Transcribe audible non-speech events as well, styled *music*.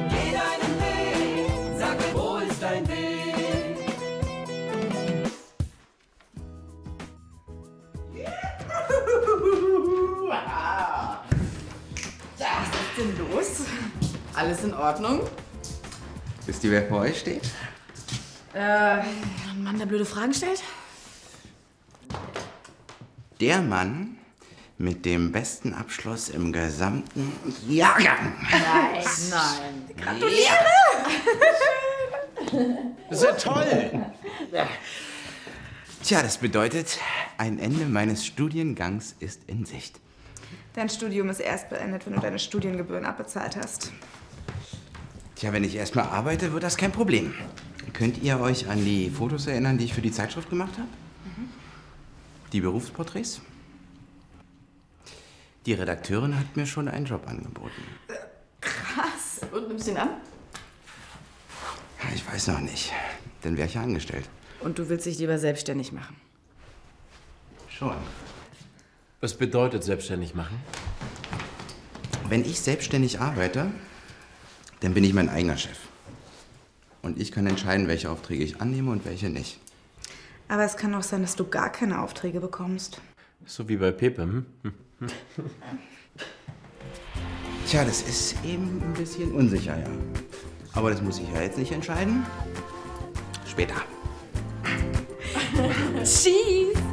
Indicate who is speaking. Speaker 1: *laughs*
Speaker 2: Ordnung.
Speaker 3: Wisst ihr, wer vor euch steht?
Speaker 2: Äh,
Speaker 1: Ein Mann, der blöde Fragen stellt?
Speaker 3: Der Mann mit dem besten Abschluss im gesamten Jahrgang.
Speaker 2: nein.
Speaker 3: So toll! Tja, das bedeutet, ein Ende meines Studiengangs ist in Sicht.
Speaker 4: Dein Studium ist erst beendet, wenn du deine Studiengebühren abbezahlt hast.
Speaker 3: Tja, wenn ich erstmal arbeite, wird das kein Problem. Könnt ihr euch an die Fotos erinnern, die ich für die Zeitschrift gemacht habe? Die Berufsporträts? Die Redakteurin hat mir schon einen Job angeboten.
Speaker 2: Und nimmst ihn an?
Speaker 3: Ja, Ich weiß noch nicht. Dann wäre ich ja angestellt.
Speaker 1: Und du willst dich lieber selbstständig machen.
Speaker 3: Schon.
Speaker 5: Was bedeutet selbstständig machen?
Speaker 3: Wenn ich selbstständig arbeite, dann bin ich mein eigener Chef. Und ich kann entscheiden, welche Aufträge ich annehme und welche nicht.
Speaker 4: Aber es kann auch sein, dass du gar keine Aufträge bekommst.
Speaker 5: So wie bei Pepe. Hm?
Speaker 3: Tja, das ist eben ein bisschen unsicher, ja. Aber das muss ich ja jetzt nicht entscheiden. Später.
Speaker 1: Tschüss!